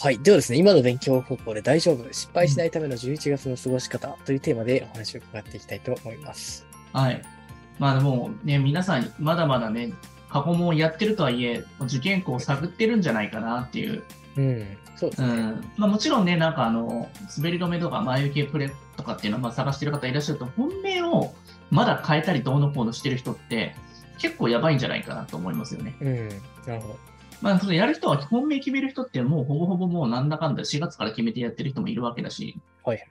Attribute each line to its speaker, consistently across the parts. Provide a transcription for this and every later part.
Speaker 1: はい。ではですね、今の勉強方法で大丈夫、失敗しないための11月の過ごし方というテーマでお話を伺っていきたいと思います。
Speaker 2: はい。まあでもね、皆さん、まだまだね、過去問をやってるとはいえ、受験校を探ってるんじゃないかなっていう。
Speaker 1: うん。そうです
Speaker 2: う
Speaker 1: ね。
Speaker 2: ん。まあもちろんね、なんかあの、滑り止めとか前受けプレとかっていうのをまあ探してる方いらっしゃると、本命をまだ変えたりどうのこうのしてる人って、結構やばいんじゃないかなと思いますよね。
Speaker 1: うん。なるほど。
Speaker 2: まあ、そのやる人は、本命決める人ってもうほぼほぼもうなんだかんだ4月から決めてやってる人もいるわけだし、
Speaker 1: はい。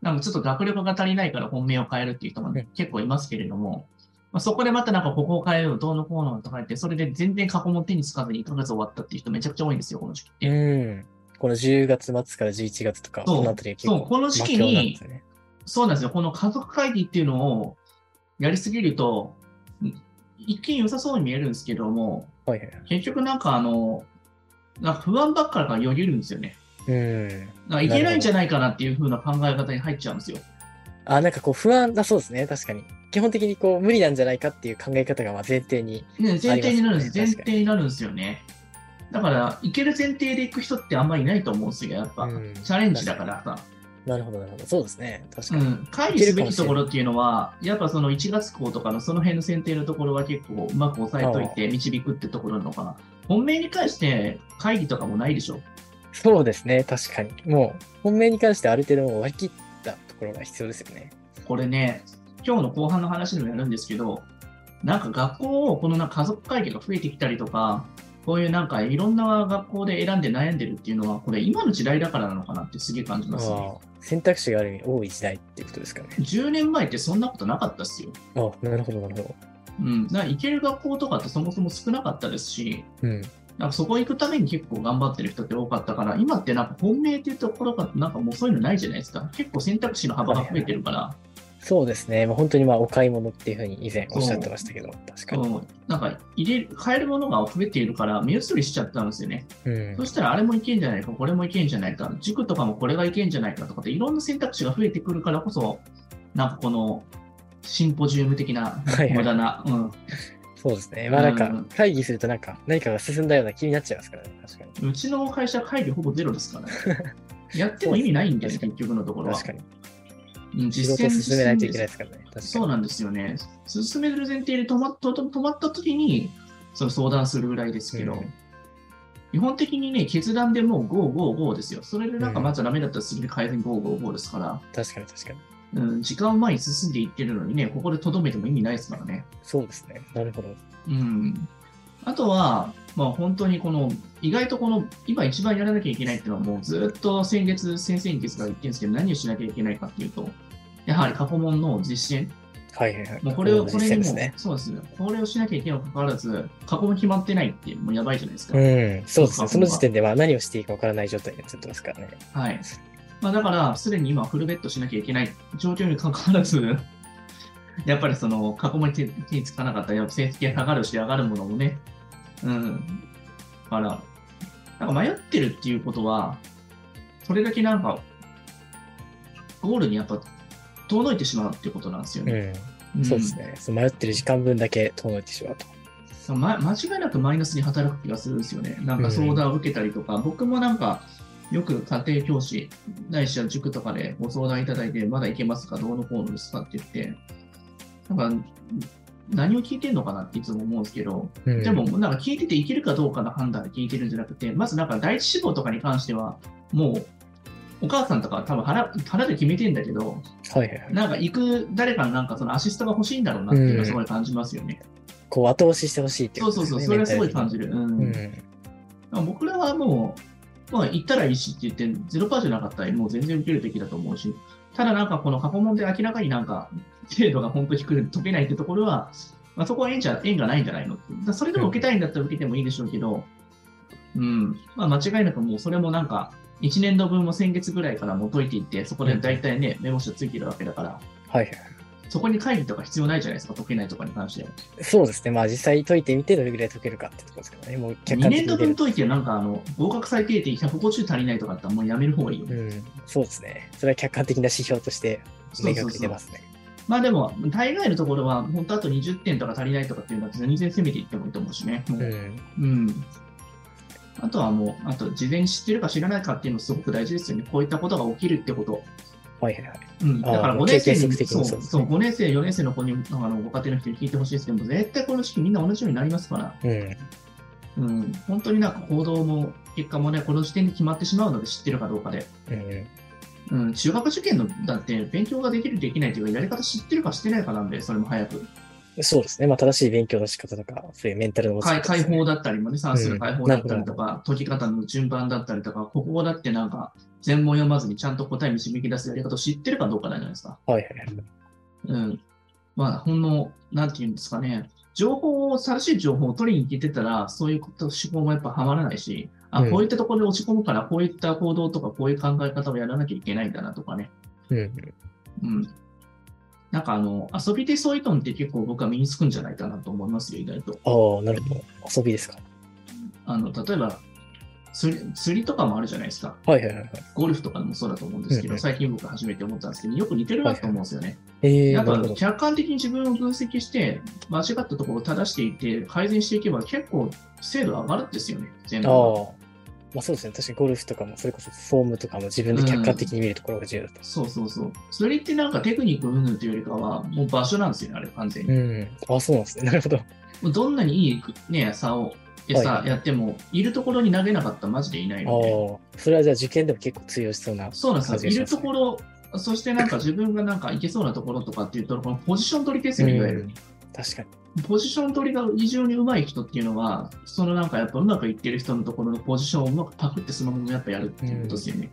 Speaker 2: なんかちょっと学力が足りないから本命を変えるっていう人
Speaker 1: う
Speaker 2: も
Speaker 1: ん
Speaker 2: 結構いますけれども、まあ、そこでまたなんかここを変えよう、どうのこうのとか言って、それで全然過去も手につかずに1ヶ月終わったっていう人めちゃくちゃ多いんですよ、この時期って。
Speaker 1: うん。この10月末から11月とか、
Speaker 2: そう
Speaker 1: このあたりは結
Speaker 2: そう、
Speaker 1: 構、
Speaker 2: この時
Speaker 1: 佳境
Speaker 2: 期
Speaker 1: なんで
Speaker 2: に
Speaker 1: す、ね。
Speaker 2: そうなんですよ、この家族会議っていうのをやりすぎると、ん一見良さそうに見えるんですけども、
Speaker 1: はいはい。
Speaker 2: 結局なんかあの、なんか不安ばっかりがよぎるんですよね。
Speaker 1: うん。
Speaker 2: なんかいけないんじゃないかなっていう風な考え方に入っちゃうんですよ。
Speaker 1: あ、なんかこう不安だそうですね。確かに。基本的にこう無理なんじゃないかっていう考え方がまあ前提に。
Speaker 2: ね、前提になるんです、
Speaker 1: ありますよね
Speaker 2: 前提になるんですよね。だから、いける前提で行く人ってあんまりいないと思うんですよ、やっぱ。
Speaker 1: うん
Speaker 2: チャレンジだからさ。
Speaker 1: なるほど、なるほど。そうですね。確か
Speaker 2: う
Speaker 1: に。
Speaker 2: ん、会議すべきところっていうのは、やっぱその1月校とかのその辺の選定のところは結構うまく押さえといて導くってところなのかな。本命に関して会議とかもないでしょ。
Speaker 1: そうですね。確かに。もう、本命に関してある程度もう割り切ったところが必要ですよね。
Speaker 2: これね、今日の後半の話でもやるんですけど、なんか学校をこのなんか家族会議が増えてきたりとか、こういうなんかいろんな学校で選んで悩んでるっていうのは、これ今の時代だからなのかなってすげえ感じますね。
Speaker 1: ああ選択肢がある意味多い時代っていうことですかね。
Speaker 2: 10年前ってそんなことなかったっすよ。
Speaker 1: あなるほど、なるほど。
Speaker 2: うん。だから行ける学校とかってそもそも少なかったですし、
Speaker 1: うん。
Speaker 2: なんかそこ行くために結構頑張ってる人って多かったから、今ってなんか本命っていうところがなんかもうそういうのないじゃないですか。結構選択肢の幅が増えてるから。
Speaker 1: そうですね。まあ、本当にまあお買い物っていうふうに以前おっしゃってましたけど、確かに。
Speaker 2: うん、なんか入れる買えるものが増えているから目移りしちゃったんですよね。
Speaker 1: うん
Speaker 2: そ。したらあれもいけんじゃないか、これもいけんじゃないか、塾とかもこれがいけんじゃないかとかっていろんな選択肢が増えてくるからこそ、なんかこのシンポジウム的な
Speaker 1: はいはい
Speaker 2: 無駄な、
Speaker 1: そうですね。まあなん
Speaker 2: う
Speaker 1: か
Speaker 2: ん、
Speaker 1: 会議するとなんか、何かが進んだような気になっちゃいますからね。確かに。
Speaker 2: うん、うちの会社会議ほぼゼロですからね。 やっても意味ないんだよね、
Speaker 1: そう
Speaker 2: 結局のところは。
Speaker 1: 確かに。
Speaker 2: うん
Speaker 1: 仕
Speaker 2: 実
Speaker 1: 事
Speaker 2: 践
Speaker 1: を進めないといけない
Speaker 2: い。
Speaker 1: ですからね。確かに。
Speaker 2: そうなんですよね。進める前提で止まとと止まった時にその相談するぐらいですけど、
Speaker 1: うん
Speaker 2: 基本的にね、決断でもう5、5、5ですよ。それでなんかまずダメだったらすぐに変えずに5、5、5ですから、
Speaker 1: 確かに確かに。
Speaker 2: うん、時間前に進んでいってるのにね、ここでとどめても意味ないですからね。
Speaker 1: そうですね。なるほど。
Speaker 2: うん。あとは、まあ本当にこの、意外とこの、今一番やらなきゃいけないっていうのはもうずっと先月、先々月から言ってるんですけど、何をしなきゃいけないかっていうと、やはり過去問の実践。
Speaker 1: はいはいはい。
Speaker 2: もうこれ
Speaker 1: 同
Speaker 2: を、こ
Speaker 1: じ
Speaker 2: れ
Speaker 1: 線
Speaker 2: に
Speaker 1: です
Speaker 2: も、
Speaker 1: ね。
Speaker 2: そうですね。これをしなきゃいけないにもかかわらず、過去問決まってないって、もうやばいじゃないですか。
Speaker 1: うん、そうですね。そ
Speaker 2: そ
Speaker 1: の
Speaker 2: の
Speaker 1: 時点では何をしていいかわからない状態になっちゃってますからね。
Speaker 2: はい。まあ、だから、すでに今、フルベッドしなきゃいけない状況にかかわらず、 やっぱりその、過去問に手手につかなかったり、成績が下がるし、上がるものもね、うん。だから、なんか迷ってるっていうことは、それだけなんか、ゴールにやっぱ、遠のいてしまうっていうことなんですよね。
Speaker 1: うそうですね。その迷ってる時間分だけ遠のいてしまうと。
Speaker 2: うんま間違いなくマイナスに働く気がするんですよね。なんか相談を受けたりとか、僕もなんか、よく家庭教師、ないしは塾とかでご相談いただいて、まだ行けますか、どうのこうのですかって言って、なんか、何を聞いてんのかなっていつも思うんですけど、
Speaker 1: うん
Speaker 2: でも、なんか聞いてていけるかどうかの判断で聞いてるんじゃなくて、まずなんか第一志望とかに関しては、もう、お母さんとかは多分腹腹で決めてんだけど、
Speaker 1: はいはいはい。
Speaker 2: なんか行く誰かのなんかそのアシストが欲しいんだろうなっていうの
Speaker 1: うん
Speaker 2: はすごい感じますよね。
Speaker 1: こう後押ししてほしいってい
Speaker 2: そう
Speaker 1: こ
Speaker 2: う
Speaker 1: と
Speaker 2: そう
Speaker 1: です
Speaker 2: そ
Speaker 1: ね。
Speaker 2: う、それはすごい感
Speaker 1: じ
Speaker 2: じる。うん
Speaker 1: うん。
Speaker 2: 僕らはもう、まあ、行ったらいいしって言って、0%じゃなかったら、もう全然受けるべきだと思うし、ただなんかこの過去問で明らかになんか、精度が本当低くて解けないってところは、まあ、そこは縁じゃ縁がないんじゃないのってだからそれでも受けたいんだったら受けてもいいでしょうけど、うん、まあ、間違いなくもうそれもなんか、1年度分も先月ぐらいからもう解いていって、そこで大体ね、メモ書ついてるわけだから、
Speaker 1: はいはい。
Speaker 2: そこに会議とか必要ないじゃないですか、解けないとかに関しては。
Speaker 1: そうですね。まあ実際解いてみてどれぐらい解けるかってところですけどね。もう客
Speaker 2: 2
Speaker 1: 観的
Speaker 2: 年度
Speaker 1: に出
Speaker 2: 分
Speaker 1: る。
Speaker 2: 解いて、なんかあの合格最低点150足りないとかだったらもうやめる方がいいよ。
Speaker 1: うん。そうですね。それは客観的な指標として
Speaker 2: そう
Speaker 1: 明
Speaker 2: そう
Speaker 1: 確に
Speaker 2: そ
Speaker 1: 出
Speaker 2: う
Speaker 1: ますね。
Speaker 2: まあでも、大概のところは、本当あと20点とか足りないとかっていうのは全然攻めていってもいいと思うしね。もう
Speaker 1: うん。
Speaker 2: うん。あとはもう、あと事前に知ってるか知らないかっていうのすごく大事ですよね。こういったことが起きるってこと。
Speaker 1: はいはいはい。
Speaker 2: うん、だから
Speaker 1: あー
Speaker 2: 5年生
Speaker 1: 経験
Speaker 2: に、
Speaker 1: 則的
Speaker 2: そう
Speaker 1: にそうですね
Speaker 2: そう、5年生、4年生の子に、あのご家庭の人に聞いてほしいですけど、絶対この時期みんな同じようになりますから、
Speaker 1: うん。
Speaker 2: うん、本当になんか行動も結果もね、この時点で決まってしまうので知ってるかどうかで。
Speaker 1: うん。
Speaker 2: うん、中学受験の、だって勉強ができる、できないというか、やり方知ってるか知ってないかなんで、それも早く。
Speaker 1: そうですね。まあ、正しい勉強の仕方とか、そういうメンタルの持ち
Speaker 2: 解
Speaker 1: 方
Speaker 2: 解放だったりもね、算数解放だったりと
Speaker 1: うん
Speaker 2: か、解き方の順番だったりとか、ここだってなんか、全問読まずにちゃんと答え導き出すやり方を知ってるかどうかなんじゃないですか。
Speaker 1: はいはいはい。
Speaker 2: うん。まあ、ほんの、なんていうんですかね、情報を、正しい情報を取りに行ってたら、そういうこと思考もやっぱはまらないし、あ、
Speaker 1: うん
Speaker 2: こういったところで落ち込むから、こういった行動とか、こういう考え方をやらなきゃいけないんだなとかね。
Speaker 1: うん。
Speaker 2: うん。なんかあの、遊びでそういうのって結構僕は身につくんじゃないかなと思いますよ、意外と。
Speaker 1: ああ、なるほど。遊びですか。
Speaker 2: あの、例えば、釣り釣りとかもあるじゃないですか。
Speaker 1: はいはいはいはい。
Speaker 2: ゴルフとかでもそうだと思うんですけ
Speaker 1: うんう
Speaker 2: ど、
Speaker 1: ん
Speaker 2: 最近僕初めて思ったんですけど、よく似てるなと思うんですよね。
Speaker 1: ええ
Speaker 2: や
Speaker 1: ー、
Speaker 2: っ
Speaker 1: な
Speaker 2: ぱ
Speaker 1: るほど。
Speaker 2: 客観的に自分を分析して、間違ったところを正していって、改善していけば結構精度上がるんですよね、全部。
Speaker 1: ああ。まあそうですね。確かにゴルフとかも、それこそフォームとかも自分で客観的に見るところが重要だと。
Speaker 2: そうそうそう。釣りってなんかテクニック云々というよりかは、もう場所なんですよね、あれ完全に
Speaker 1: う。ん。ああ、そうなんですね。なるほど。
Speaker 2: もうどんなにいい、ね、餌を、餌
Speaker 1: はい
Speaker 2: やっても、いるところに投げなかったらマジでいないので、
Speaker 1: ああ。それはじゃあ受験でも結構通用しそうな。
Speaker 2: そうなんですよ、い
Speaker 1: 感じ
Speaker 2: る
Speaker 1: がし
Speaker 2: と
Speaker 1: ますね
Speaker 2: ころ、そしてなんか自分がなんかいけそうなところとかっていうと、このポジション取りですよね、いわゆる。
Speaker 1: 確かに。
Speaker 2: ポジション取りが異常に上手い人っていうのは、そのなんかやっぱうまくいってる人のところのポジションをうまくパクってそのままやっぱやるっていうことですよね。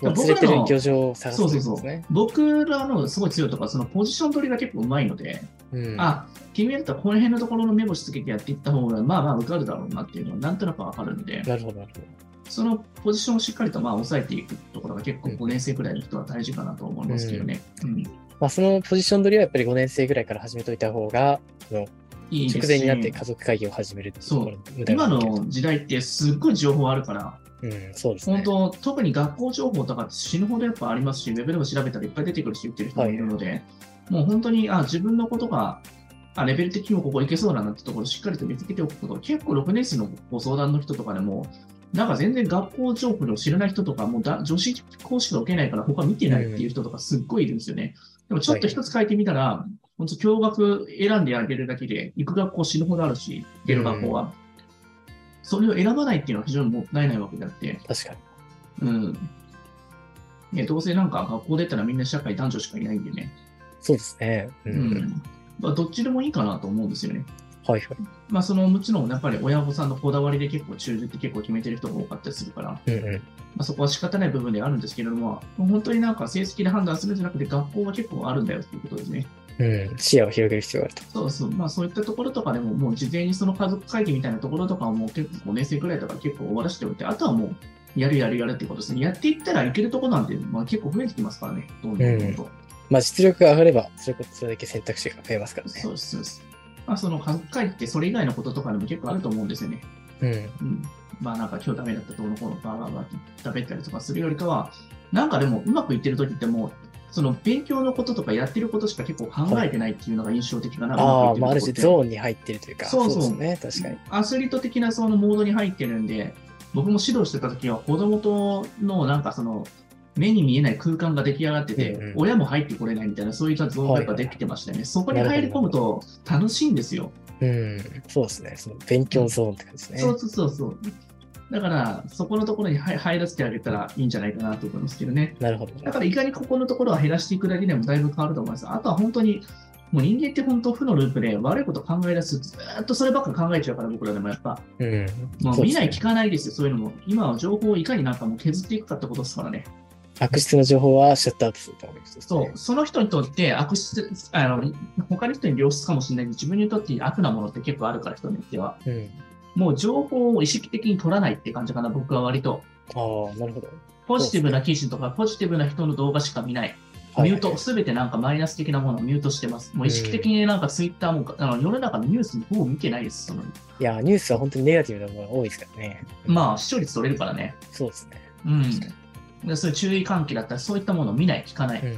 Speaker 1: まあ、
Speaker 2: 僕
Speaker 1: 釣
Speaker 2: らの
Speaker 1: れてる漁場を探す
Speaker 2: そ
Speaker 1: ん
Speaker 2: うそ
Speaker 1: で
Speaker 2: う
Speaker 1: す
Speaker 2: そう
Speaker 1: ね。。
Speaker 2: 僕らのすごい強いとか、そのポジション取りが結構うまいので、
Speaker 1: うん。
Speaker 2: あ、君だったらこの辺のところの目星つけてやっていった方が、まあまあ受かるだろうなっていうのはなんとなくわかるんで、
Speaker 1: なるほど、なるほど。
Speaker 2: そのポジションをしっかりとまあ抑えていくところが結構5年生くらいの人は大事かなと思いますけどね。うん
Speaker 1: まあ、そのポジション取りはやっぱり5年生ぐらいから始めといた方が、あの
Speaker 2: いいで
Speaker 1: 直
Speaker 2: すし
Speaker 1: 前になって家族会議を始めるっていうところ無駄が
Speaker 2: 今
Speaker 1: なければ
Speaker 2: の時代ってすっごい情報あるから、
Speaker 1: うん、そうですね。
Speaker 2: 本当、特に学校情報とかって死ぬほどやっぱありますし、ウェブでも調べたらいっぱい出てくるし、言ってる人もいるので、もう本当にあ自分のことがあレベル的にもここいけそうだなってところをしっかりと見つけておくこと、結構6年生のご相談の人とかでも、なんか全然学校情報を知らない人とか、もうだ女子講師が受けないから他見てないっていう人とかすっごいいるんですよね。でもちょっと一つ変えてみたら、本当教学選んであげるだけで、行く学校死ぬほどあるし、出る学校は。それを選ばないっていうのは非常にもったいないわけであって、
Speaker 1: 確かに。
Speaker 2: うん。ね、どうせなんか学校出たらみんな社会男女しかいないんでね。
Speaker 1: そうですね。う。
Speaker 2: うんん。まあ、どっちでもいいかなと思うんですよね。
Speaker 1: はいはい。
Speaker 2: まあ、その、もちろん、やっぱり親御さんのこだわりで結構中絶って結構決めてる人が多かったりするから、ま
Speaker 1: うんうん。
Speaker 2: あ、そこは仕方ない部分ではあるんですけれども、本当になんか成績で判断するんじゃなくて、学校は結構あるんだよっていうことですね。
Speaker 1: うん、視野を広げる必要があると。
Speaker 2: そうそう、まあ、そういったところとかでも、もう事前にその家族会議みたいなところとかはもう結構5年生くらいとか結構終わらせておいて、あとはもう、やるやるやるってことですね。やっていったらいけるとこなんて、まあ、結構増えてきますからね、どんどんどんどん。
Speaker 1: まあ実力が上がれば、それこそそれだけ選択肢が増えますからね。
Speaker 2: そうです、そうです。まあ、その家族会議ってそれ以外のこととかでも結構あると思うんですよね。
Speaker 1: うん。
Speaker 2: うん。まあなんか今日ダメだったどうのこうのバーバーバーって食べたりとかするよりかは、なんかでもうまくいってる時ってもう、その勉強のこととかやってることしか結構考えてないっていうのが印象的かな。
Speaker 1: ああ、
Speaker 2: う
Speaker 1: ま
Speaker 2: ま
Speaker 1: ああ
Speaker 2: くい
Speaker 1: る種
Speaker 2: ってるとこ
Speaker 1: ゾーンに入ってるというか、
Speaker 2: そうそう
Speaker 1: ですね。確か
Speaker 2: アスリート的なそのモードに入ってるんで、僕も指導してた時は子供とのなんかその、目に見えない空間が出来上がってて、
Speaker 1: うんうん
Speaker 2: 親も入ってこれないみたいな、そういったゾーンがやっぱできてましたよね。そこに入り込むと楽しいんですよ。
Speaker 1: に。うん。そうですね。その勉強ゾーンって感じです
Speaker 2: そ
Speaker 1: ね
Speaker 2: う。そうそうそう。だから、そこのところに入入らせてあげたらいいんじゃないかなと思いますけどね。
Speaker 1: なるほど。
Speaker 2: だから、いかにここのところは減らしていくだけでもだいぶ変わると思います。あとは本当に、もう人間って本当負のループで悪いこと考え出すとずーっとそればっか考えちゃうから僕らでもやっぱ、
Speaker 1: うん。
Speaker 2: もう
Speaker 1: そうで
Speaker 2: 見
Speaker 1: す
Speaker 2: ない
Speaker 1: ね
Speaker 2: 聞かないですよ、そういうのも。今は情報をいかになんかもう削っていくかってことですからね。
Speaker 1: 悪質な情報はシャットアウトすると思います、
Speaker 2: そう、その人にとって悪質、あの、他の人に良質かもしれないけど、自分にとって悪なものって結構あるから、人によっては。
Speaker 1: う。うん。
Speaker 2: もう情報を意識的に取らないって感じかな、僕は割と。
Speaker 1: ああ、なるほど。
Speaker 2: ポジティブな記事とか、ポジティブな人の動画しか見ない。
Speaker 1: はい
Speaker 2: ミ
Speaker 1: はい
Speaker 2: ュート、すべてなんかマイナス的なものをミュートしてます。もう意識的になんかツイッターも、あの世の中のニュースもほぼ見てないです。その
Speaker 1: いや、ニュースは本当にネガティブなものが多いですからね。
Speaker 2: まあ、視聴率取れるからね。
Speaker 1: あ、そうですね。
Speaker 2: うん。でそういう注意喚起だったら、そういったものを見ない、聞かない。
Speaker 1: うん。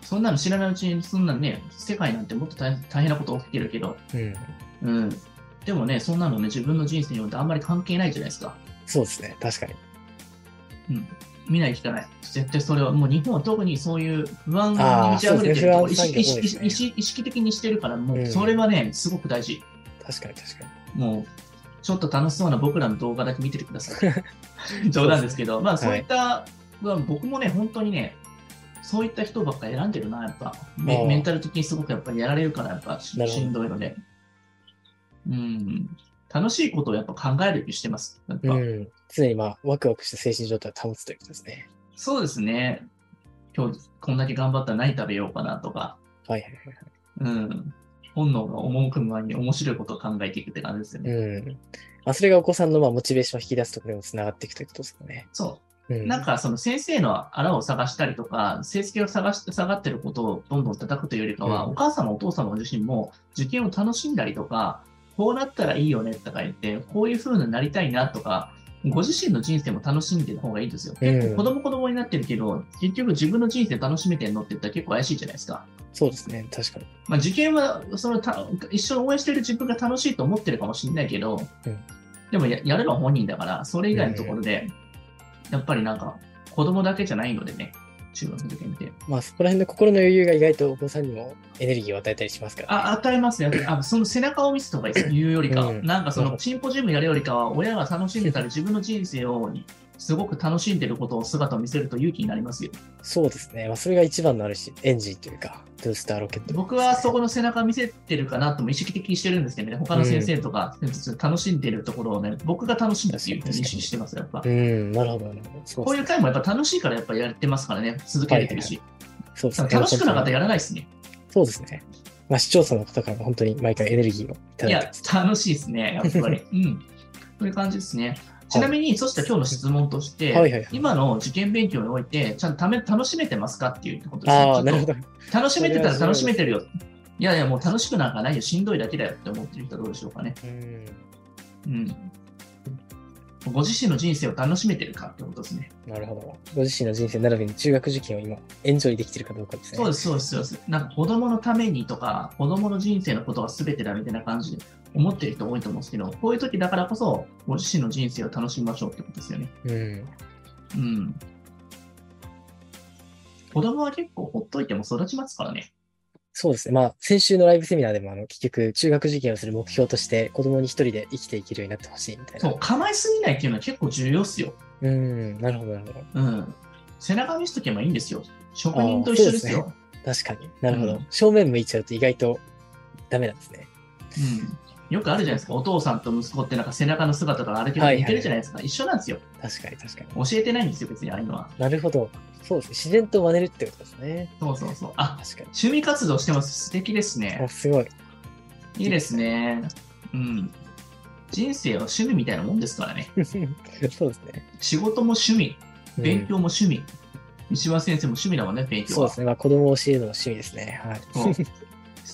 Speaker 2: そんなの知らないうちに、そんなんね、世界なんてもっと大大変なこと起きてるけど、
Speaker 1: うん。
Speaker 2: うん。でもね、そんなのね、自分の人生によってあんまり関係ないじゃないですか。
Speaker 1: そうですね、確かに。
Speaker 2: うん、見ない人はない。絶対それは、もう日本は特にそういう不安に
Speaker 1: あー
Speaker 2: 満ち溢れてるとこ
Speaker 1: そうです
Speaker 2: 意
Speaker 1: ね
Speaker 2: 識
Speaker 1: 不
Speaker 2: 意
Speaker 1: 安産業多いです
Speaker 2: 識
Speaker 1: ね
Speaker 2: 意識意識的にしてるから、も
Speaker 1: う
Speaker 2: うんそれはね、すごく大事。
Speaker 1: 確かに確かに。
Speaker 2: もう、ちょっと楽しそうな僕らの動画だけ見ててくださ い。冗談ですけど、まあそういった、まあ僕もね、本当にね、そういった人ばっか選んでるな、やっ
Speaker 1: あ
Speaker 2: ぱ。メ
Speaker 1: ー
Speaker 2: メンタル的にすごくやっぱりやられるから、やっぱし
Speaker 1: なるほど
Speaker 2: しんどいので。うん。楽しいことをやっぱ考えるようにしてます。やっぱ
Speaker 1: うん。常にまあ、ワクワクした精神状態を保つということですね。
Speaker 2: そうですね。今日こんだけ頑張ったら何食べようかなとか、
Speaker 1: はいはいはい。
Speaker 2: うん。本能が赴くままに面白いことを考えていくって感じですよね。
Speaker 1: うん。まあ、それがお子さんのまあモチベーションを引き出すところにもつながっていくということですよね。
Speaker 2: そうう。
Speaker 1: ん。
Speaker 2: なんかその先生のあらを探したりとか、成績を探し下がってることをどんどん叩くというよりかは、
Speaker 1: うん
Speaker 2: お母様お父様自身も受験を楽しんだりとか、こうなったらいいよねとか言って、こういう風になりたいなとか、ご自身の人生も楽しんでる方がいいですよ。
Speaker 1: うん
Speaker 2: 子供子供になってるけど、結局自分の人生楽しめてんのって言ったら結構怪しいじゃないですか。
Speaker 1: そうですね、確かに。
Speaker 2: まあ、受験はそのた一緒に応援してる自分が楽しいと思ってるかもしれないけど、
Speaker 1: うん
Speaker 2: でもややるのは本人だから、それ以外のところで、やっぱりなんか子供だけじゃないのでね、中学の受験って。
Speaker 1: まあ、そこら辺の心の余裕が意外とお子さんにもエネルギーを与えたりしますから、ね。
Speaker 2: あ与えますねあ、その背中を見せた方がいいです、言うよりかは、
Speaker 1: うん
Speaker 2: なんかそ
Speaker 1: うん
Speaker 2: のシンポジウムやるよりかは、親が楽しんでたら自分の人生をすごく楽しんでることを姿を見せると勇気になりますよ。
Speaker 1: そうですね。まあ、それが一番のあるし、エンジンというか、トゥースターロケット、
Speaker 2: 僕はそこの背中見せてるかなとも意識的にしてるんですけどね、他の先生とか、楽しんでるところをね、僕が楽しんだっていうふうに意識してます、やっぱ。
Speaker 1: うん、なるほど、なるほど。そ
Speaker 2: こ
Speaker 1: う
Speaker 2: う
Speaker 1: で
Speaker 2: い
Speaker 1: す
Speaker 2: う回もやっぱ楽しいからやっぱやってますからね、続けられてるし。
Speaker 1: そうですね。
Speaker 2: 楽しくなかったらやらないですね。
Speaker 1: そうですね。まあ、視聴者の方からも本当に毎回エネルギーをいた
Speaker 2: い
Speaker 1: だいてま
Speaker 2: や
Speaker 1: す。、
Speaker 2: 楽しいですね、やっ ぱり。うん。そういう感じですね。ちなみに、そしたら今日の質問として、
Speaker 1: はいはいはい
Speaker 2: 今の受験勉強において、ちゃんとため楽しめてますかっていうことですね。
Speaker 1: ああ、
Speaker 2: ち
Speaker 1: な
Speaker 2: ょ
Speaker 1: るほ
Speaker 2: っと
Speaker 1: ど。
Speaker 2: 楽しめてたら楽しめてるよ。いやいや、もう楽しくなんかないよ、しんどいだけだよって思ってる人はどうでしょうかね。
Speaker 1: うん、
Speaker 2: うん。ご自身の人生を楽しめてるかってことですね。
Speaker 1: なるほど。ご自身の人生並びに中学受験を今、エンジョイできてるかどうかですね。
Speaker 2: そうです、そうです、そうです。なんか子供のためにとか、子供の人生のことが全てだみたいな感じで思ってる人多いと思うんですけど、こういう時だからこそ、ご自身の人生を楽しみましょうってことですよね。
Speaker 1: うん。
Speaker 2: うん。子供は結構ほっといても育ちますからね。
Speaker 1: そうですね。まあ、先週のライブセミナーでも、あの、結局、中学受験をする目標として、子供に一人で生きていけるようになってほしいみたいな。
Speaker 2: そう、構えすぎないっていうのは結構重要っすよ。
Speaker 1: うん、なるほど、なるほど。
Speaker 2: うん。背中見せとけばいいんですよ。職人と一緒です
Speaker 1: あー
Speaker 2: よ。
Speaker 1: 確かに。なるほど。
Speaker 2: うん
Speaker 1: 正面向いちゃうと意外とダメなんですね。
Speaker 2: うん。よくあるじゃないですか。お父さんと息子ってなんか背中の姿とか歩き方似てるじゃないですか。一緒なんですよ。
Speaker 1: 確かに、確かに。
Speaker 2: 教えてないんですよ、別にああいうのは。
Speaker 1: なるほど。そうですね。自然と真似るってことですね。
Speaker 2: そうそうそう。あ、
Speaker 1: 確かに。
Speaker 2: 趣味活動してます。素敵です
Speaker 1: あ
Speaker 2: ね。
Speaker 1: すごい。
Speaker 2: いいですね。うん。人生は趣味みたいなもんですからね。
Speaker 1: そうですね。
Speaker 2: 仕事も趣味、
Speaker 1: うん
Speaker 2: 勉強も趣味。石橋先生も趣味だもんね、勉強
Speaker 1: そう
Speaker 2: は。
Speaker 1: ですね。まあ、子供を教えるのも趣味ですね。はい。
Speaker 2: そう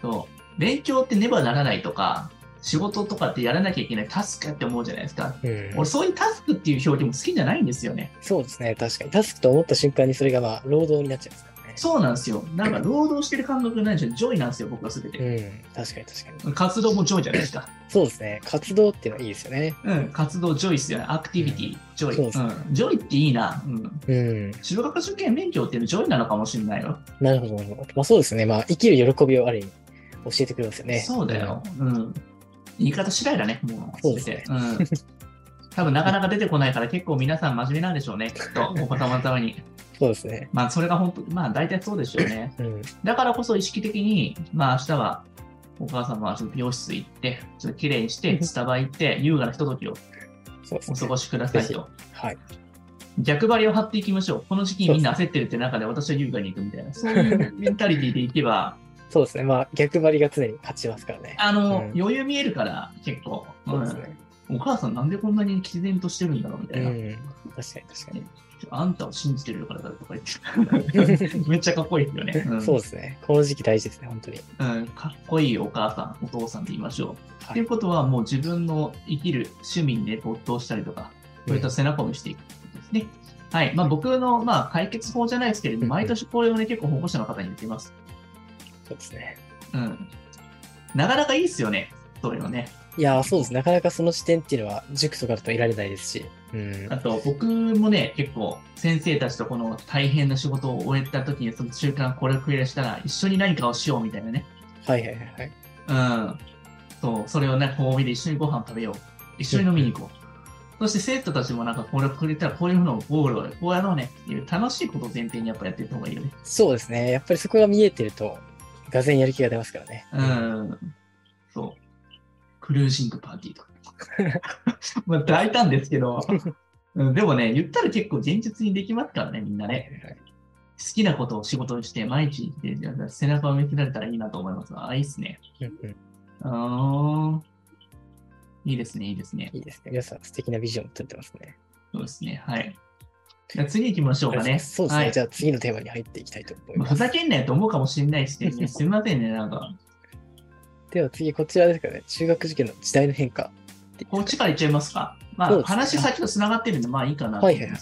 Speaker 2: そう勉強ってねばならないとか、仕事とかってやらなきゃいけないタスクやって思うじゃないですか。
Speaker 1: うん
Speaker 2: 俺、そういうタスクっていう表現も好きじゃないんですよね。
Speaker 1: そうですね。確かに。タスクと思った瞬間にそれが、まあ、労働になっちゃいますからね。
Speaker 2: そうなんですよ。なんか、労働してる感覚ないでしょ。ジョイなんですよ、僕はすべて。
Speaker 1: うん。確かに、確かに。
Speaker 2: 活動もジョイじゃないですか。
Speaker 1: そうですね。活動っていうのはいいですよね。
Speaker 2: うん、活動ジョイっすよね。アクティビティ、ジョイ。
Speaker 1: そうです
Speaker 2: うん、ジョイっていいな。うん。
Speaker 1: うん。
Speaker 2: 中学受験勉強っていうのジョイなのかもしれないよ。
Speaker 1: なるほど、なるほど。まあ、そうですね。まあ、生きる喜びをある意味、教えてくれますよね。
Speaker 2: そうだよ。うん。言い方次第だね、もう。
Speaker 1: そうですね
Speaker 2: 全てうん。多分なかなか出てこないから結構皆さん真面目なんでしょうね、きっと。お子様のために。
Speaker 1: うん。そうですね。
Speaker 2: まあそれが本当、まあ大体そうでしょうね。
Speaker 1: うん。
Speaker 2: だからこそ意識的に、まあ明日はお母様はちょっと美容室行って、ちょっと綺麗にして、スタバ行って、優雅なひとときを
Speaker 1: そうです
Speaker 2: お
Speaker 1: ね。
Speaker 2: 過ごしくださいと。
Speaker 1: はい。
Speaker 2: 逆張りを張っていきましょう。この時期みんな焦ってるって中で私は優雅に行くみたいな、そういうメンタリティでいけば、
Speaker 1: そうですね。まあ、逆張りが常に勝ちますからね。
Speaker 2: あの、
Speaker 1: うん
Speaker 2: 余裕見えるから、結構、
Speaker 1: そうですね。
Speaker 2: うんお母さんなんでこんなに毅然としてるんだろうみた
Speaker 1: う
Speaker 2: いな。
Speaker 1: ん。確かに、確かに。
Speaker 2: あんたを信じてるからだとか 言ってめっちゃかっこいいよね。うん
Speaker 1: そうですね。この時期大事ですね、本当に。
Speaker 2: うんかっこいいお母さん、お父さんと言いましょう。
Speaker 1: は
Speaker 2: ということは、もう自分の生きる趣味にね、没頭したりとか、こういった背中を見せていくことですね。はい。まあ僕の、まあ解決法じゃないですけれど
Speaker 1: うん
Speaker 2: 毎年これをね、結構保護者の方に言っています。
Speaker 1: そうですね。
Speaker 2: うん。なかなかいいですよね、そういうのね。
Speaker 1: いやー、そうです。なかなかその視点っていうのは、塾とかだと得られないですし。うん
Speaker 2: あ。と、僕もね、結構、先生たちとこの大変な仕事を終えた時に、その中間これをクリアしたら、一緒に何かをしようみたいなね。
Speaker 1: はいはいはいはい。
Speaker 2: うん。そう、それをね、褒美で一緒にご飯食べよう。一緒に飲みに行こう。そして生徒たちもなんかこれをくれたらこういうのをゴールをこうやろうねっていう楽しいことを前提にやっぱやっていった方がいいよね。
Speaker 1: そうですね。やっぱりそこが見えてると、がぜんやる気が出ますからね。
Speaker 2: う。ん。そう。クルージングパーティーとか。まあ大胆ですけど、うんでもね、言ったら結構現実にできますからね、みんなね。好きなことを仕事にして、毎日で背中を見せられたらいいなと思います。ああ、いいっすね。
Speaker 1: うんうん、
Speaker 2: うーん。いいですね、いいですね。
Speaker 1: いいですね。皆さん素敵なビジョンを取ってますね。
Speaker 2: そうですね、はい。じゃあ次行きましょうかね。
Speaker 1: そうですね。
Speaker 2: はい
Speaker 1: じゃあ次のテーマに入っていきたいと思いま
Speaker 2: まあふ
Speaker 1: す。
Speaker 2: ざけんなよと思うかもしれないですけどね、すみませんね、なんか、
Speaker 1: では次、こちらですかね。中学受験の時代の変化。
Speaker 2: こっちから行っちゃいますか。ま
Speaker 1: そう
Speaker 2: あ、
Speaker 1: ですね
Speaker 2: 話先とつながってるんで、まあいいかなと
Speaker 1: は
Speaker 2: 思
Speaker 1: い
Speaker 2: い
Speaker 1: はい
Speaker 2: ま
Speaker 1: はい
Speaker 2: す。